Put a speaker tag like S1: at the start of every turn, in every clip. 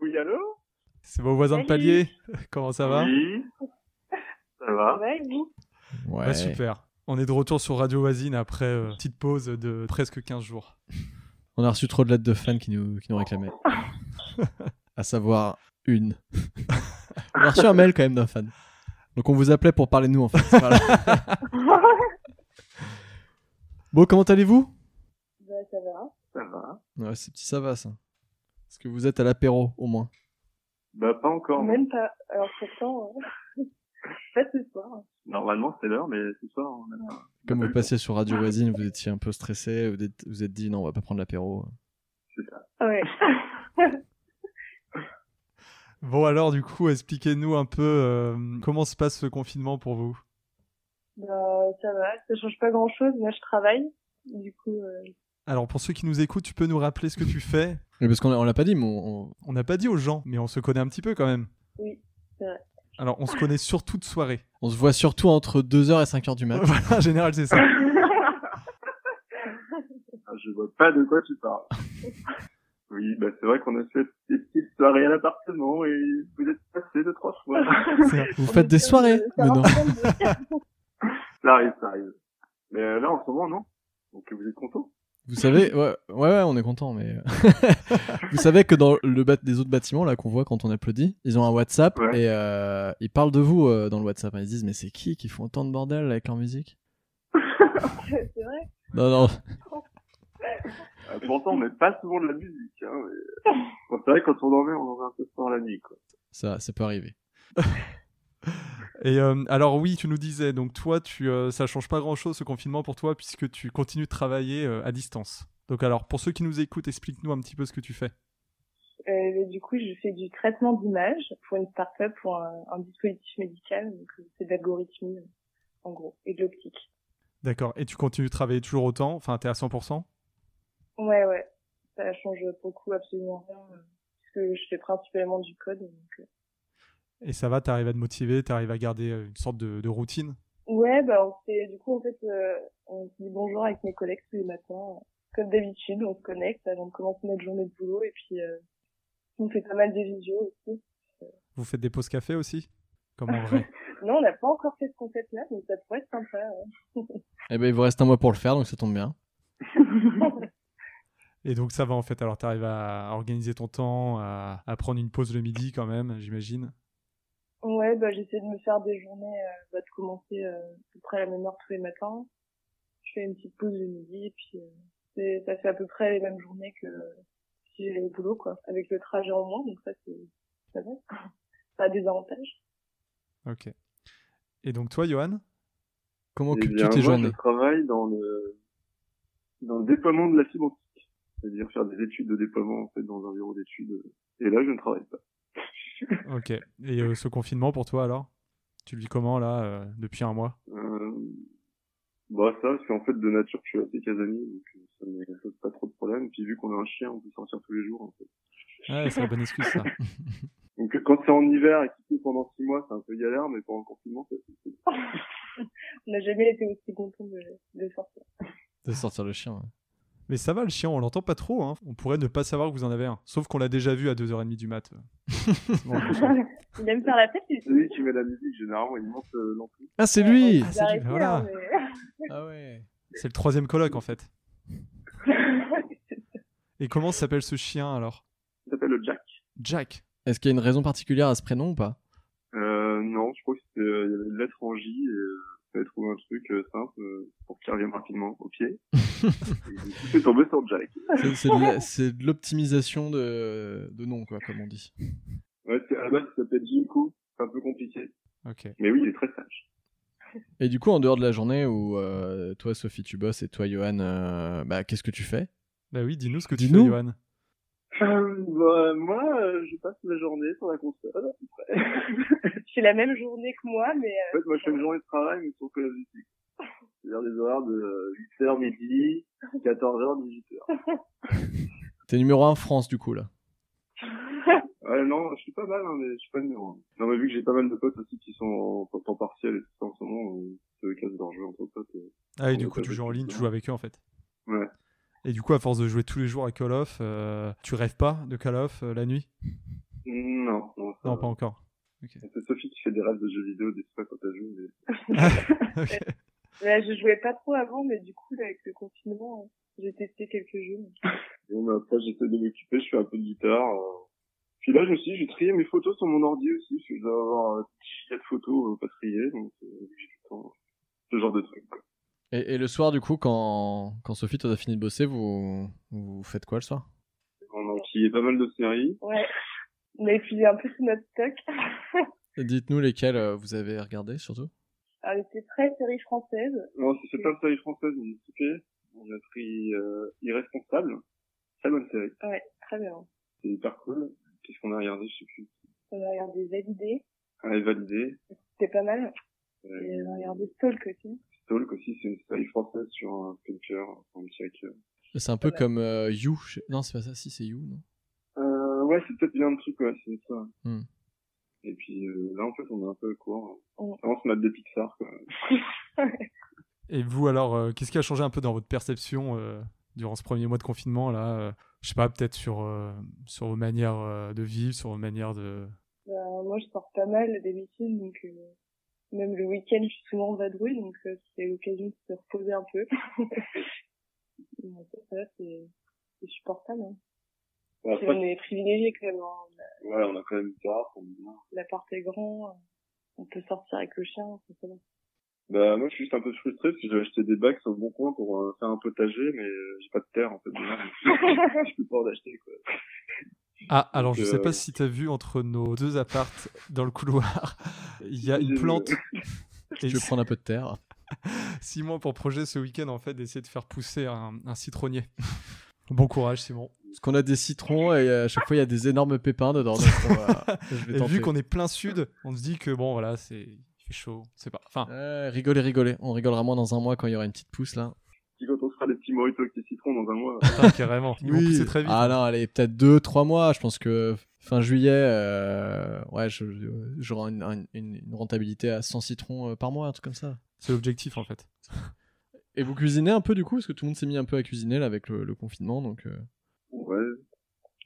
S1: Oui, allô
S2: C'est vos voisins de palier. Comment ça va
S1: Oui. Ça va
S3: Ouais, et vous
S4: Ouais.
S2: Bah, Super. On est de retour sur Radio Voisine après euh, petite pause de presque 15 jours.
S4: On a reçu trop de lettres de fans qui nous, qui nous réclamaient. à savoir une. on a reçu un mail quand même d'un fan. Donc on vous appelait pour parler de nous en fait. Voilà. bon, comment allez-vous
S3: Bah, ça va.
S1: Ça va.
S4: Ouais, c'est petit ça va ça. Est-ce que vous êtes à l'apéro au moins
S1: Bah, pas encore. non.
S3: Même pas. Alors, pourtant, euh, pas ce soir.
S1: Normalement, c'est l'heure, mais ce soir, on a...
S4: Comme
S1: pas eu
S4: vous
S1: le
S4: passiez sur Radio Voisine, vous étiez un peu stressé, vous êtes, vous êtes dit non, on va pas prendre l'apéro.
S3: Ah Ouais.
S2: Bon alors du coup, expliquez-nous un peu euh, comment se passe ce confinement pour vous.
S3: Bah, ça va. Ça change pas grand chose. Moi, je travaille. Du coup, euh,
S2: Alors pour ceux qui nous écoutent, tu peux nous rappeler ce que tu fais
S4: Mais parce qu'on l'a- on l'a pas dit, mais on, on-
S2: On n'a pas dit aux gens, mais on se connaît un petit peu quand même.
S3: oui.
S2: Alors on se connaît surtout de soirée.
S4: on se voit surtout entre 2h et 5h du matin.
S2: voilà, en général c'est ça.
S1: Ah, Je vois pas de quoi tu parles. oui, bah, c'est vrai qu'on a fait des petites soirées à l'appartement et vous êtes passé deux, trois fois.
S4: Vous faites des soirées Mais non.
S1: ça arrive, ça arrive. Mais euh, là, en ce moment, non. Donc, vous êtes content
S4: Vous savez, ouais, ouais, ouais, on est content, mais euh, vous savez que dans le bat des autres bâtiments là qu'on voit quand on applaudit, ils ont un WhatsApp
S1: Ouais.
S4: et euh, ils parlent de vous euh, dans le WhatsApp. Ils se disent mais c'est qui qui font autant de bordel avec leur musique
S3: C'est vrai.
S4: Non non,
S1: Euh, Pourtant, on met pas souvent de la musique. Hein, mais- Bon, c'est vrai, quand on dormait, on dormait un peu fort la nuit, quoi.
S4: ça ça peut arriver.
S2: Et euh, alors oui, tu nous disais donc toi, tu euh, ça change pas grand-chose ce confinement pour toi puisque tu continues de travailler euh, à distance. Donc alors pour ceux qui nous écoutent, explique-nous un petit peu ce que tu fais.
S3: Euh, mais du coup, je fais du traitement d'image pour une start-up pour un, un dispositif médical. Donc, euh, c'est de l'algorithmie, euh, en gros, et de l'optique.
S2: D'accord. Et tu continues de travailler toujours autant, enfin t'es à 100%.
S3: Ouais, ouais. Ça change beaucoup, absolument rien. euh, Puisque je fais principalement du code. Donc, euh,
S2: Et ça va, t'arrives à te motiver, t'arrives à garder euh, une sorte de, de routine.
S3: Ouais, bah, on s'est, du coup, en fait, euh, on se dit bonjour avec mes collègues tous les matins. Comme d'habitude, on se connecte avant de commencer notre journée de boulot et puis, euh, on fait pas mal de visios aussi.
S2: Vous faites des pauses café aussi Comme en vrai.
S3: Non, on n'a pas encore fait ce concept-là, mais ça pourrait être sympa. ouais.
S4: Eh ben il vous reste un mois pour le faire donc ça tombe bien.
S3: hein.
S2: Et donc ça va en fait. Alors t'arrives à à organiser ton temps, à, à prendre une pause le midi quand même, j'imagine.
S3: Ouais, bah, j'essaie de me faire des journées, euh, bah, de commencer, euh, à peu près à la même heure tous les matins. Je fais une petite pause le midi et puis, euh, c'est- ça fait à peu près les mêmes journées que si j'allais au boulot, quoi. Avec le trajet en moins, donc ça, c'est, ça va. Ça a des avantages.
S2: Ok. Et donc toi, Johan
S4: Comment
S1: Eh
S4: occupes-tu
S1: bien,
S4: tes
S1: moi,
S4: journées
S1: Je travaille dans le, dans le déploiement de la fibre optique. C'est-à-dire faire des études de déploiement, en fait, dans un bureau d'études. Et là, je ne travaille pas.
S2: Ok. Et euh, ce confinement pour toi alors Tu le vis comment là euh, depuis un mois
S1: Euh, bah, ça, parce qu'en fait, de nature, je suis assez casanier, donc euh, ça ne me pose pas trop de problème. Puis vu qu'on a un chien, on peut sortir tous les jours, en fait.
S2: Ouais, c'est la bonne excuse ça.
S1: Donc, euh, quand c'est en hiver et qu'il pleut pendant six mois, c'est un peu galère, mais pendant le confinement, ça, c'est c'est-
S3: On n'a jamais été aussi content de, de sortir.
S4: De sortir le chien. ouais.
S2: Mais ça va le chien, on l'entend pas trop. Hein. On pourrait ne pas savoir que vous en avez un. Sauf qu'on l'a déjà vu à 2h30 du mat. euh. Bon,
S3: Il aime faire la tête, il
S1: c'est lui qui met la musique, généralement, il monte euh, l'ampli.
S4: Ah c'est lui.
S2: Ah,
S3: il
S2: c'est
S3: arrêté,
S2: lui, voilà.
S3: hein, mais-
S4: Ah ouais.
S2: c'est le troisième colloque en fait. Et comment s'appelle ce chien alors
S1: Il s'appelle le Jack.
S2: Jack.
S4: Est-ce qu'il y a une raison particulière à ce prénom ou pas
S1: Euh, non, je crois que c'était, euh, il y avait une lettre en J, et euh, fallait trouver un truc euh, simple euh, pour qu'il revienne rapidement au pied. et du coup, c'est tombé sur Jack.
S4: C'est- C'est de la- c'est de l'optimisation de, de nom quoi comme on dit.
S1: Ouais, c'est, à la base, il s'appelle Jinko. C'est un peu compliqué.
S2: Ok.
S1: Mais oui, il est très sage.
S4: Et du coup, en dehors de la journée où euh, toi, Sophie, tu bosses et toi, Johan, euh, bah, qu'est-ce que tu fais
S2: Bah oui, dis-nous ce que tu
S4: Dis-nous.
S2: fais, Johan.
S1: Euh, bah, moi, euh, je passe ma journée sur la console. En
S3: Tu fais la même journée que moi, mais euh,
S1: fait, moi, je fais une journée de travail, mais sur Call of Duty. C'est-à-dire des horaires de 8h midi, 14h, 18h.
S4: T'es numéro 1 France, du coup, là.
S1: Ouais, non, je suis pas mal, hein, mais je suis pas numéro un. Non, mais vu que j'ai pas mal de potes aussi qui sont en temps partiel et tout ça en ce moment, euh, on se casse leur jeu entre potes. euh.
S2: Ah, et
S1: On
S2: du
S1: est
S2: coup,
S1: pas
S2: tu joues en
S1: bête,
S2: ligne,
S1: non.
S2: tu joues avec eux en fait.
S1: Ouais.
S2: Et du coup, à force de jouer tous les jours à Call of, euh, tu rêves pas de Call of euh, la nuit
S1: Non, non, ça
S2: Non,
S1: va.
S2: pas encore.
S1: C'est Sophie qui fait des rêves de jeux vidéo des fois quand elle joue. mais-
S2: Ok.
S3: Là, euh, je jouais pas trop avant, mais du coup, là, avec le confinement, euh, j'ai testé quelques jeux. mais-
S1: Bon, bah, après, j'essaie de m'occuper, je fais un peu de guitare. euh. Puis là, je suis, j'ai trié mes photos sur mon ordi aussi. Je dois avoir euh, 4 photos euh, pas triées, donc euh, j'ai du temps. Ce genre de truc, quoi.
S4: Et, et le soir, du coup, quand, quand Sophie, toi, t'as fini de bosser, vous, vous faites quoi le soir
S1: On a enquillé pas mal de séries.
S3: Ouais. On a épuisé un peu tout notre stock.
S4: Dites-nous lesquels euh, vous avez regardé surtout.
S3: Alors, c'était très série française.
S1: Non, c'est c'est pas une série française, mais c'est fait. On a pris euh, Irresponsable. Très bonne série.
S3: Ouais, très bien.
S1: C'est hyper cool. Qu'est-ce qu'on a regardé, je sais plus.
S3: On a regardé Validé.
S1: Ah, et validé.
S3: C'était pas mal.
S1: Euh,
S3: Et on a regardé Stalk aussi.
S1: Stalk aussi, c'est une série française sur un culture, un check.
S4: C'est un peu
S3: Voilà.
S4: comme euh, You. je- Non, c'est pas ça. Si, c'est You, non
S1: Euh, ouais, c'est peut-être bien le truc, ouais, c'est ça.
S4: Hmm.
S1: Et puis euh, là, en fait, on est un peu court.
S3: Hmm.
S1: On se met des Pixar, quoi.
S2: Et vous, alors, euh, qu'est-ce qui a changé un peu dans votre perception euh, durant ce premier mois de confinement là euh, Je sais pas, peut-être sur, euh, sur vos manières euh, de vivre, sur vos manières de.
S3: Ben, moi, je sors pas mal d'habitude, donc euh, même le week-end, je suis souvent en vadrouille, donc euh, c'est l'occasion de se reposer un peu. Donc, ça, ça, c'est c'est supportable. Hein.
S1: Bon,
S3: Puis
S1: Bah, après,
S3: on est privilégié quand même. hein.
S1: ouais, on a quand même Pixar, on est bien.
S3: L'appart est grand, euh, on peut sortir avec le chien. c'est ça.
S1: Bah, moi, je suis juste un peu frustré parce que j'ai acheté des bacs sur le bon coin pour euh, faire un potager, mais euh, j'ai pas de terre, en fait, déjà. je peux pas en acheter, quoi.
S2: Ah, alors je
S1: Donc,
S2: sais
S1: euh,
S2: pas si t'as vu entre nos deux appartes dans le couloir, il y a une
S1: J'ai vu,
S2: plante. Et
S4: Tu veux prendre un peu de terre
S2: Simon pour projet ce week-end en fait d'essayer de faire pousser un, un citronnier. Bon courage Simon.
S4: Parce qu'on a des citrons et euh, à chaque fois il y a des énormes pépins dedans. donc on va- je vais
S2: Et
S4: tenter.
S2: vu qu'on est plein sud, on se dit que bon voilà c'est il fait chaud, c'est pas. Enfin
S4: Euh, rigolez, rigolez. On rigolera moins dans un mois quand il y aura une petite pousse là.
S1: Puis quand on se fera des petits mojitos avec des citrons dans un mois, euh,
S2: putain, carrément. Ils vont pousser très vite.
S4: Euh.
S2: hein.
S4: Ah non, allez, peut-être deux, trois mois. Je pense que fin juillet, euh, ouais, je- j'aurai une, un- une- une rentabilité à 100 citrons euh, par mois, un truc comme ça.
S2: C'est l'objectif en fait.
S4: Et vous cuisinez un peu du coup, parce que tout le monde s'est mis un peu à cuisiner là avec le, le confinement, donc euh,
S1: ouais,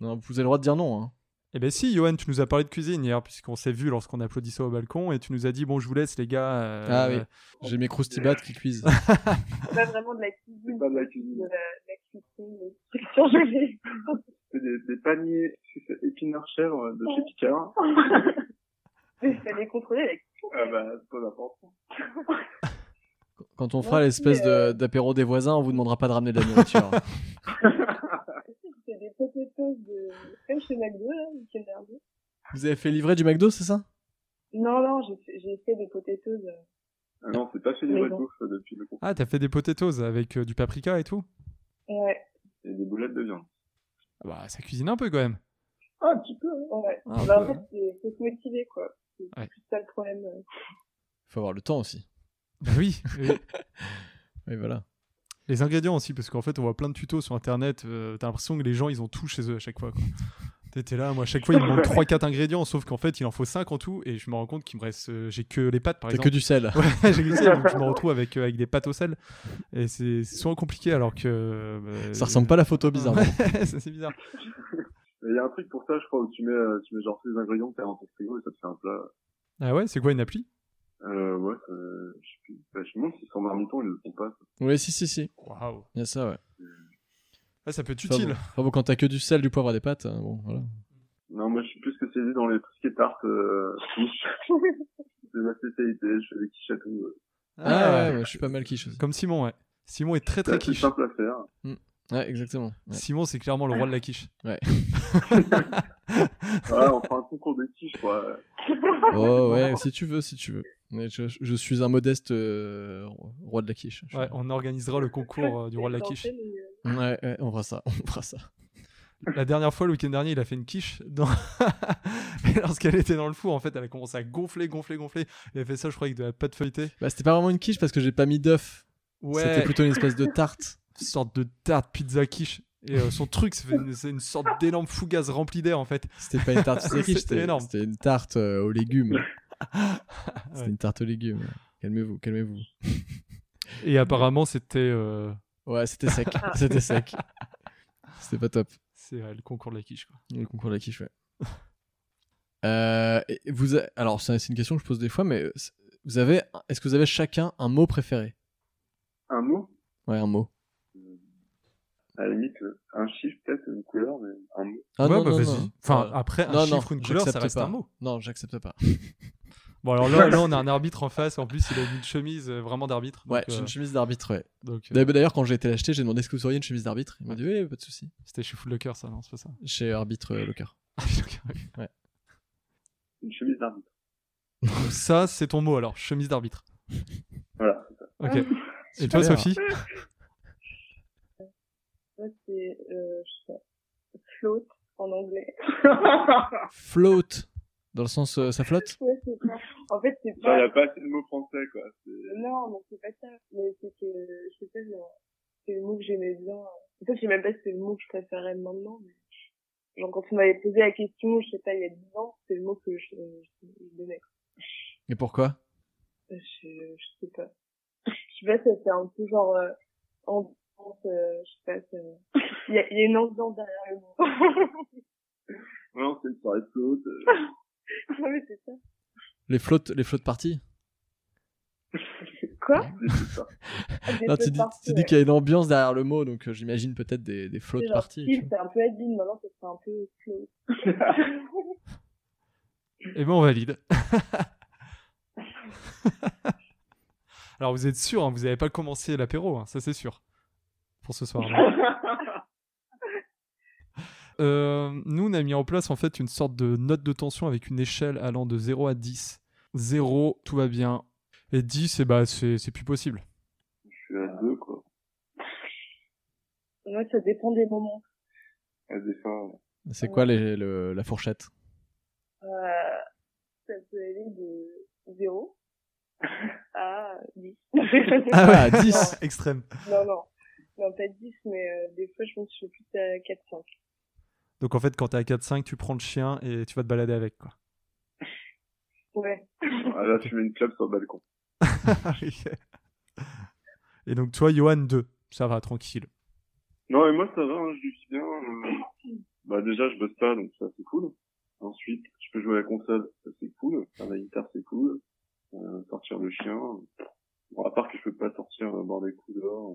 S4: non, vous avez le droit de dire non. hein.
S2: Eh ben si, Johan, tu nous as parlé de cuisine hier, puisqu'on s'est vu lorsqu'on applaudissait au balcon, et tu nous as dit, bon, je vous laisse les gars. euh,
S4: Ah oui. J'ai mes croustibates qui cuisent.
S3: C'est pas vraiment de la cuisine,
S1: c'est pas de la
S3: de la,
S1: cuisine.
S3: de la cuisine, de structure gelée.
S1: C'est des, des paniers, c'est épinards chèvres euh, de chez Picard.
S3: Mais il fallait contrôler la cuisine.
S1: Ah bah, c'est pas n'importe quoi.
S4: Quand on fera
S3: Non,
S4: l'espèce
S3: si,
S4: de- d'apéro des voisins, on vous demandera pas de ramener de la nourriture.
S3: C'était des potatoes de, comme chez McDo, là, le week-end dernier.
S4: vous avez fait livrer du McDo, c'est ça
S3: Non, non, j'ai j'ai fait des potatoes. euh,
S1: Ah non, c'est pas fait
S3: Mais
S1: du
S3: bon.
S1: tout ça, euh, depuis le confinement.
S2: Ah, t'as fait des potatoes avec euh, du paprika et tout
S3: Ouais,
S1: Et des boulettes de viande.
S2: Ah Bah, ça cuisine un peu quand même.
S3: Ah, un petit peu. hein. Ouais.
S2: Ah,
S3: bah,
S2: un
S3: en
S2: peu.
S3: fait, c'est faut se motiver, quoi. C'est
S2: Ouais.
S3: plus ça le problème. euh.
S4: Faut avoir le temps aussi.
S2: Bah oui. et
S4: Oui, voilà.
S2: les ingrédients aussi, parce qu'en fait, on voit plein de tutos sur internet. euh, T'as l'impression que les gens, ils ont tout chez eux à chaque fois. quoi. T'étais là, moi, à chaque fois, il me manque 3-4 ingrédients, sauf qu'en fait, il en faut 5 en tout, et je me rends compte qu'il me reste. euh, J'ai que les pâtes, par
S4: T'as
S2: exemple.
S4: que du sel.
S2: Ouais, j'ai glissé, donc je me retrouve avec, euh, avec des pâtes au sel. Et c'est c'est souvent compliqué alors que. euh,
S4: Ça ressemble pas à la photo bizarrement.
S2: Ouais, ça, c'est bizarre.
S1: Il y a un truc pour ça, je crois, où tu mets, euh, tu mets genre tous les ingrédients que t'as dans ton frigo et ça te fait un plat.
S2: Ah ouais, c'est quoi une appli
S1: Euh, ouais, euh, je sais plus. Bah, je me demande si sans marmiton, ils le font pas. ça.
S4: Oui, si, si, si.
S2: Waouh.
S4: Il y a ça, ouais.
S2: Ah, ça peut être
S4: Enfin,
S2: utile.
S4: bon, enfin, bon, quand t'as que du sel, du poivre et des pâtes, euh, bon, voilà.
S1: Non, moi, je suis plus spécialisé dans les tout ce qui est tarte, euh, quiche. c'est ma spécialité, je fais des quiches à tout. euh.
S4: Ah, ouais, Euh, ouais, je suis pas mal quiche aussi.
S2: Comme Simon, ouais. Simon est
S1: C'est
S2: très très
S1: assez
S2: quiche.
S1: simple à faire.
S4: Ouais, exactement. Ouais.
S2: Simon, c'est clairement le roi de la quiche.
S1: Voilà, on fera un concours de quiche, quoi.
S4: Oh, ouais, si tu veux, si tu veux. Mais je, je suis un modeste euh, roi de la quiche. Je-
S2: Ouais, on organisera le concours euh, du roi de la
S3: J'en
S2: quiche.
S3: fais, mais, euh,
S4: Ouais, ouais, on fera ça, on fera ça.
S2: La dernière fois, le week-end dernier, il a fait une quiche. Dans... Et Lorsqu'elle était dans le four, en fait, elle a commencé à gonfler, gonfler, gonfler. Il a fait ça, je crois, avec de la pâte feuilletée.
S4: Bah, c'était pas vraiment une quiche parce que j'ai pas mis d'œuf. C'était
S2: Ouais,
S4: plutôt une espèce de tarte.
S2: une sorte de tarte pizza quiche. Et euh, son truc, c'est une, c'est une sorte d'énorme fougasse remplie d'air, en fait.
S4: C'était pas une tarte pizza quiche,
S2: C'était
S4: c'était
S2: énorme.
S4: c'était une tarte euh, aux légumes.
S2: Ouais.
S4: C'était une tarte aux légumes. ouais. Calmez-vous, calmez-vous.
S2: Et apparemment, c'était. euh,
S4: Ouais, c'était sec, c'était sec. C'était pas top.
S2: C'est euh, le concours de la quiche, quoi.
S4: Le concours de la quiche, ouais. Euh, et vous a- Alors, ça, c'est une question que je pose des fois, mais euh, c'est- vous avez, est-ce que vous avez chacun un mot préféré
S1: Un mot
S4: Ouais, un mot.
S1: À la limite, euh, un chiffre peut-être, une couleur, mais un mot.
S4: Ah,
S2: ouais,
S4: non,
S2: bah
S4: non,
S2: vas-y.
S4: non.
S2: Enfin,
S4: Euh,
S2: après, un
S4: non, non,
S2: chiffre ou une couleur, ça
S4: j'accepte
S2: reste
S4: pas.
S2: un mot.
S4: Non, j'accepte pas.
S2: Bon, alors là, là, on a un arbitre en face. En plus, il a mis une chemise euh, vraiment d'arbitre. donc,
S4: Ouais, j'ai
S2: euh,
S4: une chemise d'arbitre, ouais.
S2: donc, euh,
S4: D'ailleurs- D'ailleurs, quand j'ai été l'acheter, j'ai demandé est-ce que vous auriez une chemise d'arbitre Il m'a dit oui, pas de souci.
S2: c'était chez Footlocker, ça, non, c'est pas ça.
S4: Chez Arbitre euh, Locker.
S2: Ah, oui, ok, ok.
S1: Une chemise d'arbitre.
S2: Donc ça, c'est ton mot alors, chemise d'arbitre.
S1: Voilà, c'est ça.
S2: Ok. Et
S4: Super.
S2: toi, Sophie
S3: Moi, c'est, euh, je sais pas, float en anglais.
S4: Float, dans le sens euh, ça flotte
S3: Ouais, c'est ça. En fait, c'est
S1: Genre,
S3: pas,
S1: y a pas assez de mots français, quoi. C'est-
S3: non, mais c'est pas ça. Mais c'est que, je sais pas, genre, c'est le mot que j'aimais bien. En fait, je sais même pas si c'est le mot que je préférais maintenant, mais genre, quand on m'avait posé la question, je sais pas, il y a 10 ans, c'est le mot que je, je, je donnais.
S4: Et pourquoi
S3: Je, je sais pas. Je sais pas, ça fait un peu genre, euh, ambiance, euh, je sais pas, ça- il y a, il y a une ambiance derrière le mot.
S1: Non, c'est une soirée de flotte. euh,
S3: non, mais c'est ça.
S4: Les flottes, les flottes parties
S3: Quoi?
S1: c'est- c'est ça.
S3: Des
S4: Non, tu
S3: feux
S4: dis,
S3: partout,
S4: tu
S3: ouais.
S4: dis qu'il y a une ambiance derrière le mot, donc euh, j'imagine peut-être des, des flottes
S3: C'est genre
S4: parties. tu
S3: chill, C'est un peu admin, maintenant ça serait un peu slow.
S2: Eh ben, on valide. alors, vous êtes sûr, hein, vous n'avez pas commencé l'apéro, hein, ça c'est sûr, pour ce soir. Euh, nous, on a mis en place en fait une sorte de note de tension avec une échelle allant de 0 à 10. 0, tout va bien. Et 10, eh ben, c'est c'est plus possible.
S1: Je suis à deux, quoi.
S3: Moi, ça dépend des moments.
S1: À des fins. ouais.
S4: vois. C'est quoi les- le- la fourchette
S3: Euh, ça peut aller de 0 à 10. non,
S4: Ah ouais, à 10
S2: Extrême.
S3: non. Non, pas 10, mais euh, des fois, je pense que je suis plus à 4-5.
S2: Donc en fait, quand t'es à 4-5, tu prends le chien et tu vas te balader avec. Quoi.
S3: Ouais.
S1: Ah, là, tu mets une clope sur le balcon.
S2: et donc toi, Johan 2, ça va, tranquille.
S1: Non, mais moi, ça va, hein, je vis bien. euh, Bah, déjà, je bosse pas, donc ça, c'est cool. Ensuite, je peux jouer à la console, ça, c'est cool. Faire la guitare, c'est cool. Euh, sortir le chien. Bon, à part que je peux pas sortir euh, boire des coups dehors,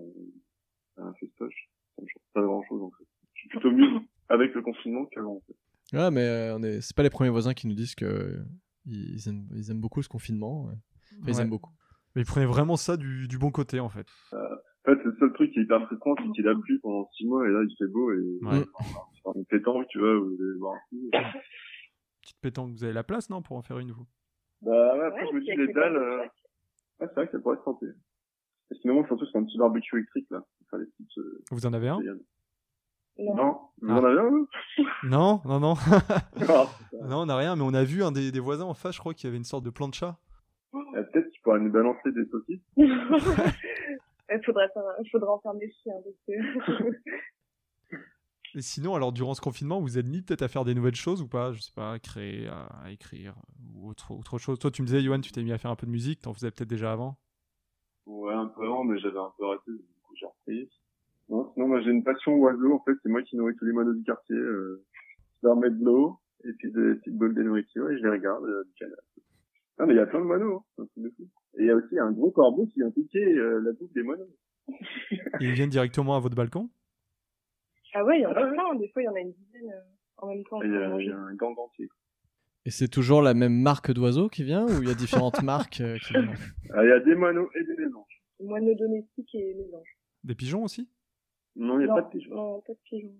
S1: euh, à un festoche. Ça me change pas grand chose, en fait. Je suis plutôt mieux avec le confinement qu'avant, en fait.
S4: Ouais, mais euh, on est... c'est pas les premiers voisins qui nous disent que euh, ils aiment, ils aiment beaucoup ce confinement. ouais. Enfin, Ils
S2: Ouais.
S4: aiment beaucoup.
S2: Mais prenez vraiment ça du, du bon côté en fait.
S1: En fait, le seul truc qui est hyper frustrant, c'est qu'il a plu pendant six mois, et là, il fait beau, et
S2: Ouais.
S1: Ouais, enfin, il fait temps, tu vois, vous allez voir un film.
S2: Petite pétanque, vous avez la place, non, pour en faire une vous
S1: Bah ouais, après
S3: Ouais,
S1: je me
S3: puis
S1: dis
S3: il y a
S1: les
S3: que
S1: dalles,
S3: dalle,
S1: euh, ouais, c'est vrai que ça pourrait se tenter. Et finalement surtout c'est un petit barbecue électrique là, enfin les petites euh,
S2: Vous en avez un
S1: payannes.
S3: Non.
S1: Non, vous
S2: Ah.
S1: en avez un vous
S2: Non, non, non.
S1: Ah,
S2: non, on n'a rien, mais on a vu un des, des voisins en face, je crois, qui avait une sorte de plancha.
S1: euh, Peut-être tu pourrais nous balancer des saucisses.
S3: Il faudrait, faire- il faudrait enfermer le chien, parce que...
S2: Et sinon, alors durant ce confinement, vous êtes mis peut-être à faire des nouvelles choses ou pas Je sais pas, à créer, à, à écrire ou autre, autre chose. Toi, tu me disais, Johan, tu t'es mis à faire un peu de musique, t'en faisais peut-être déjà avant.
S1: Ouais un peu avant mais j'avais un peu arrêté, du coup j'ai repris. Non, sinon moi j'ai une passion oiseau en fait, c'est moi qui nourris tous les moineaux du quartier. Euh, je leur mets de l'eau et puis des petites bols de nourriture et je les regarde euh, du canal. Non mais il y a plein de moineaux, hein. c'est un truc de fou. Et il y a aussi un gros corbeau qui vient piquer euh, la bouffe des moineaux.
S2: Et ils viennent directement à votre balcon
S3: Ah ouais, il y en a plein. Des fois, il y en a une dizaine euh, en même temps.
S1: Et il y,
S3: pour
S1: a- il
S3: manger.
S1: y a un gang entier.
S4: Et c'est toujours la même marque d'oiseau qui vient ou il y a différentes marques euh, qui viennent
S1: Ah, Il y a des moineaux et des lézards.
S3: Moineaux domestiques et les anges.
S2: Des pigeons aussi
S1: Non, il n'y a
S3: non,
S1: pas de pigeons.
S3: Non, pas de pigeons.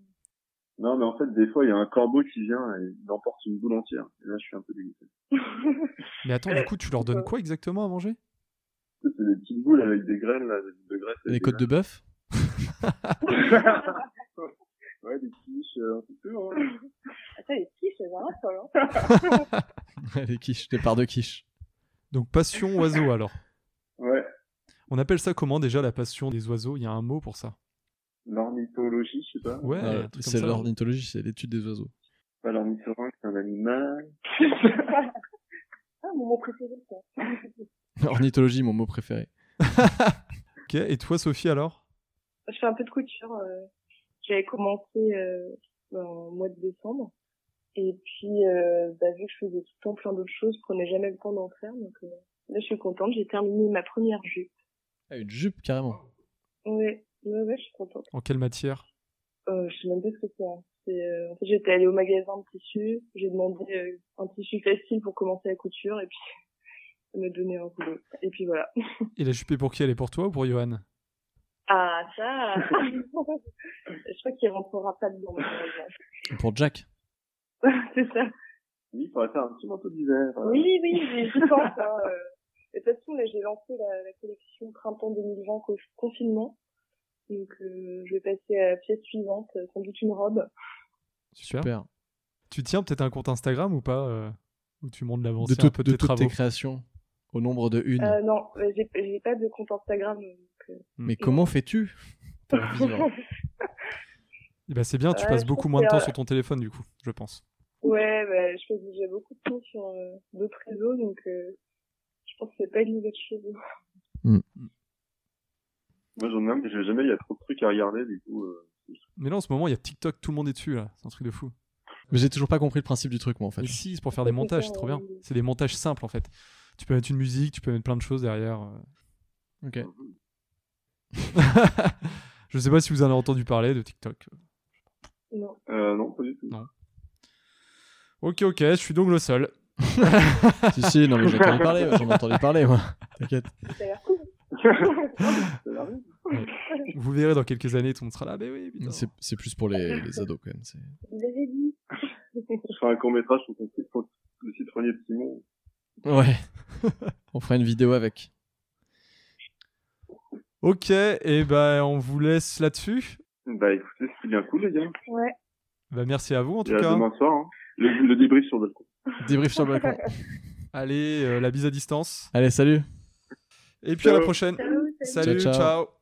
S1: Non, mais en fait, des fois, il y a un corbeau qui vient et il emporte une boule entière. Et là, je suis un peu dégoûté.
S2: Mais attends, du coup, tu leur donnes quoi exactement à manger
S1: Tu sais, C'est des petites boules avec des graines, là, des boules de graisse. et
S4: Les
S1: des
S4: côtes de bœuf
S1: graines. Ouais, des quiches, euh, un petit peu, hein.
S3: Attends, Ah, les petits, c'est un sol, hein.
S4: Les quiches, les parts de quiche.
S2: Donc, passion oiseau alors.
S1: Ouais,
S2: On appelle ça comment déjà la passion des oiseaux Il y a un mot pour ça.
S1: l'ornithologie, je sais pas.
S2: Ouais,
S4: Euh,
S2: un truc comme
S4: c'est
S2: ça.
S4: l'ornithologie, c'est l'étude des oiseaux.
S1: Pas l'ornithorynque, c'est un animal.
S3: Ah, mon mot préféré, ça.
S4: Ornithologie, mon mot préféré.
S2: Ok, et toi, Sophie, alors
S3: Je ben, fais un peu de couture. euh, J'avais commencé euh, en mois de décembre. Et puis, euh, bah, vu que je faisais tout le temps plein d'autres choses, je prenais jamais le temps d'en faire. Donc euh, là, je suis contente. J'ai terminé ma première jupe.
S4: Ah, une jupe, carrément.
S3: Ouais, ouais, ouais, je suis contente.
S2: En quelle matière
S3: Euh, je sais même pas ce que c'est. hein. C'est, euh, en fait, j'étais allée au magasin de tissus. J'ai demandé euh, un tissu facile pour commencer la couture. Et puis, elle m'a donné un rouleau. Et puis voilà.
S2: Et la jupe est pour qui Elle est pour toi ou pour Johan
S3: Ah, ça Je crois qu'il rentrera pas dedans. malheureusement.
S4: Pour Jack.
S3: C'est ça.
S1: Oui, il faudrait faire un petit manteau d'hiver. euh,
S3: Oui, oui, j'y j'y pense. Hein. euh. Et De toute façon, là, j'ai lancé la, la collection Printemps 2020 co- confinement. Donc, euh, je vais passer à la pièce suivante, euh, sans doute une robe.
S2: Super.
S4: Super.
S2: Tu tiens peut-être un compte Instagram ou pas euh, Où tu montres l'avancée
S4: De,
S2: un
S4: toutes-
S2: peu de
S4: de
S2: tes
S4: toutes
S2: travaux
S4: tes créations, au nombre de une.
S3: Euh, non, euh, j'ai j'ai pas de compte Instagram. donc, euh,
S4: Mais comment fais-tu pour vivre
S2: Eh ben, C'est bien, tu
S3: Ouais,
S2: passes
S3: je
S2: beaucoup
S3: pense
S2: moins de
S3: que,
S2: temps
S3: euh,
S2: sur ton téléphone du coup, je pense.
S3: ouais, bah, je fais déjà beaucoup de temps sur euh, d'autres réseaux, donc euh, je pense que c'est pas une nouvelle chose.
S1: Moi, j'en ai un, mais je vais jamais, il y a trop de trucs à regarder, du coup, euh,
S2: Mais là en ce moment, il y a TikTok, tout le monde est dessus là, c'est un truc de fou.
S4: Mais j'ai toujours pas compris le principe du truc, moi, en fait.
S2: Mais si, c'est pour faire des
S3: Ouais, c'est
S2: montages,
S3: ça,
S2: c'est trop bien.
S3: ouais.
S2: C'est des montages simples en fait. Tu peux mettre une musique, tu peux mettre plein de choses derrière. euh.
S4: Ok.
S2: je sais pas si vous en avez entendu parler de TikTok.
S3: Non.
S1: euh, non, pas du tout.
S2: Ok, ok, je suis donc le seul.
S4: si, si, non, mais j'ai entendu parler, j'en ai entendu parler, moi. T'inquiète.
S3: Ça a l'air cool.
S1: Ça arrive.
S2: Vous verrez dans quelques années, tout le monde sera là. Mais oui, putain.
S4: C'est- C'est plus pour les, les ados, quand même. c'est-
S3: Vous avez dit.
S1: Je ferai un court-métrage sur ton site, sur le site Renier de Simon.
S4: Ouais. On fera une vidéo avec.
S2: Ok, et ben on vous laisse là-dessus.
S1: Bah, écoutez, c'est bien cool, les gars.
S3: Ouais.
S2: Bah, merci à vous en
S1: Et
S2: tout
S1: à
S2: cas.
S1: demain soir, hein. Le, le débrief sur Delco.
S4: Débrief sur le balcon.
S2: Allez, euh, la bise à distance.
S4: Allez, salut.
S2: Et puis à la
S1: Ciao.
S2: prochaine.
S3: Ciao, salut.
S2: Salut,
S4: Ciao, ciao.
S2: ciao.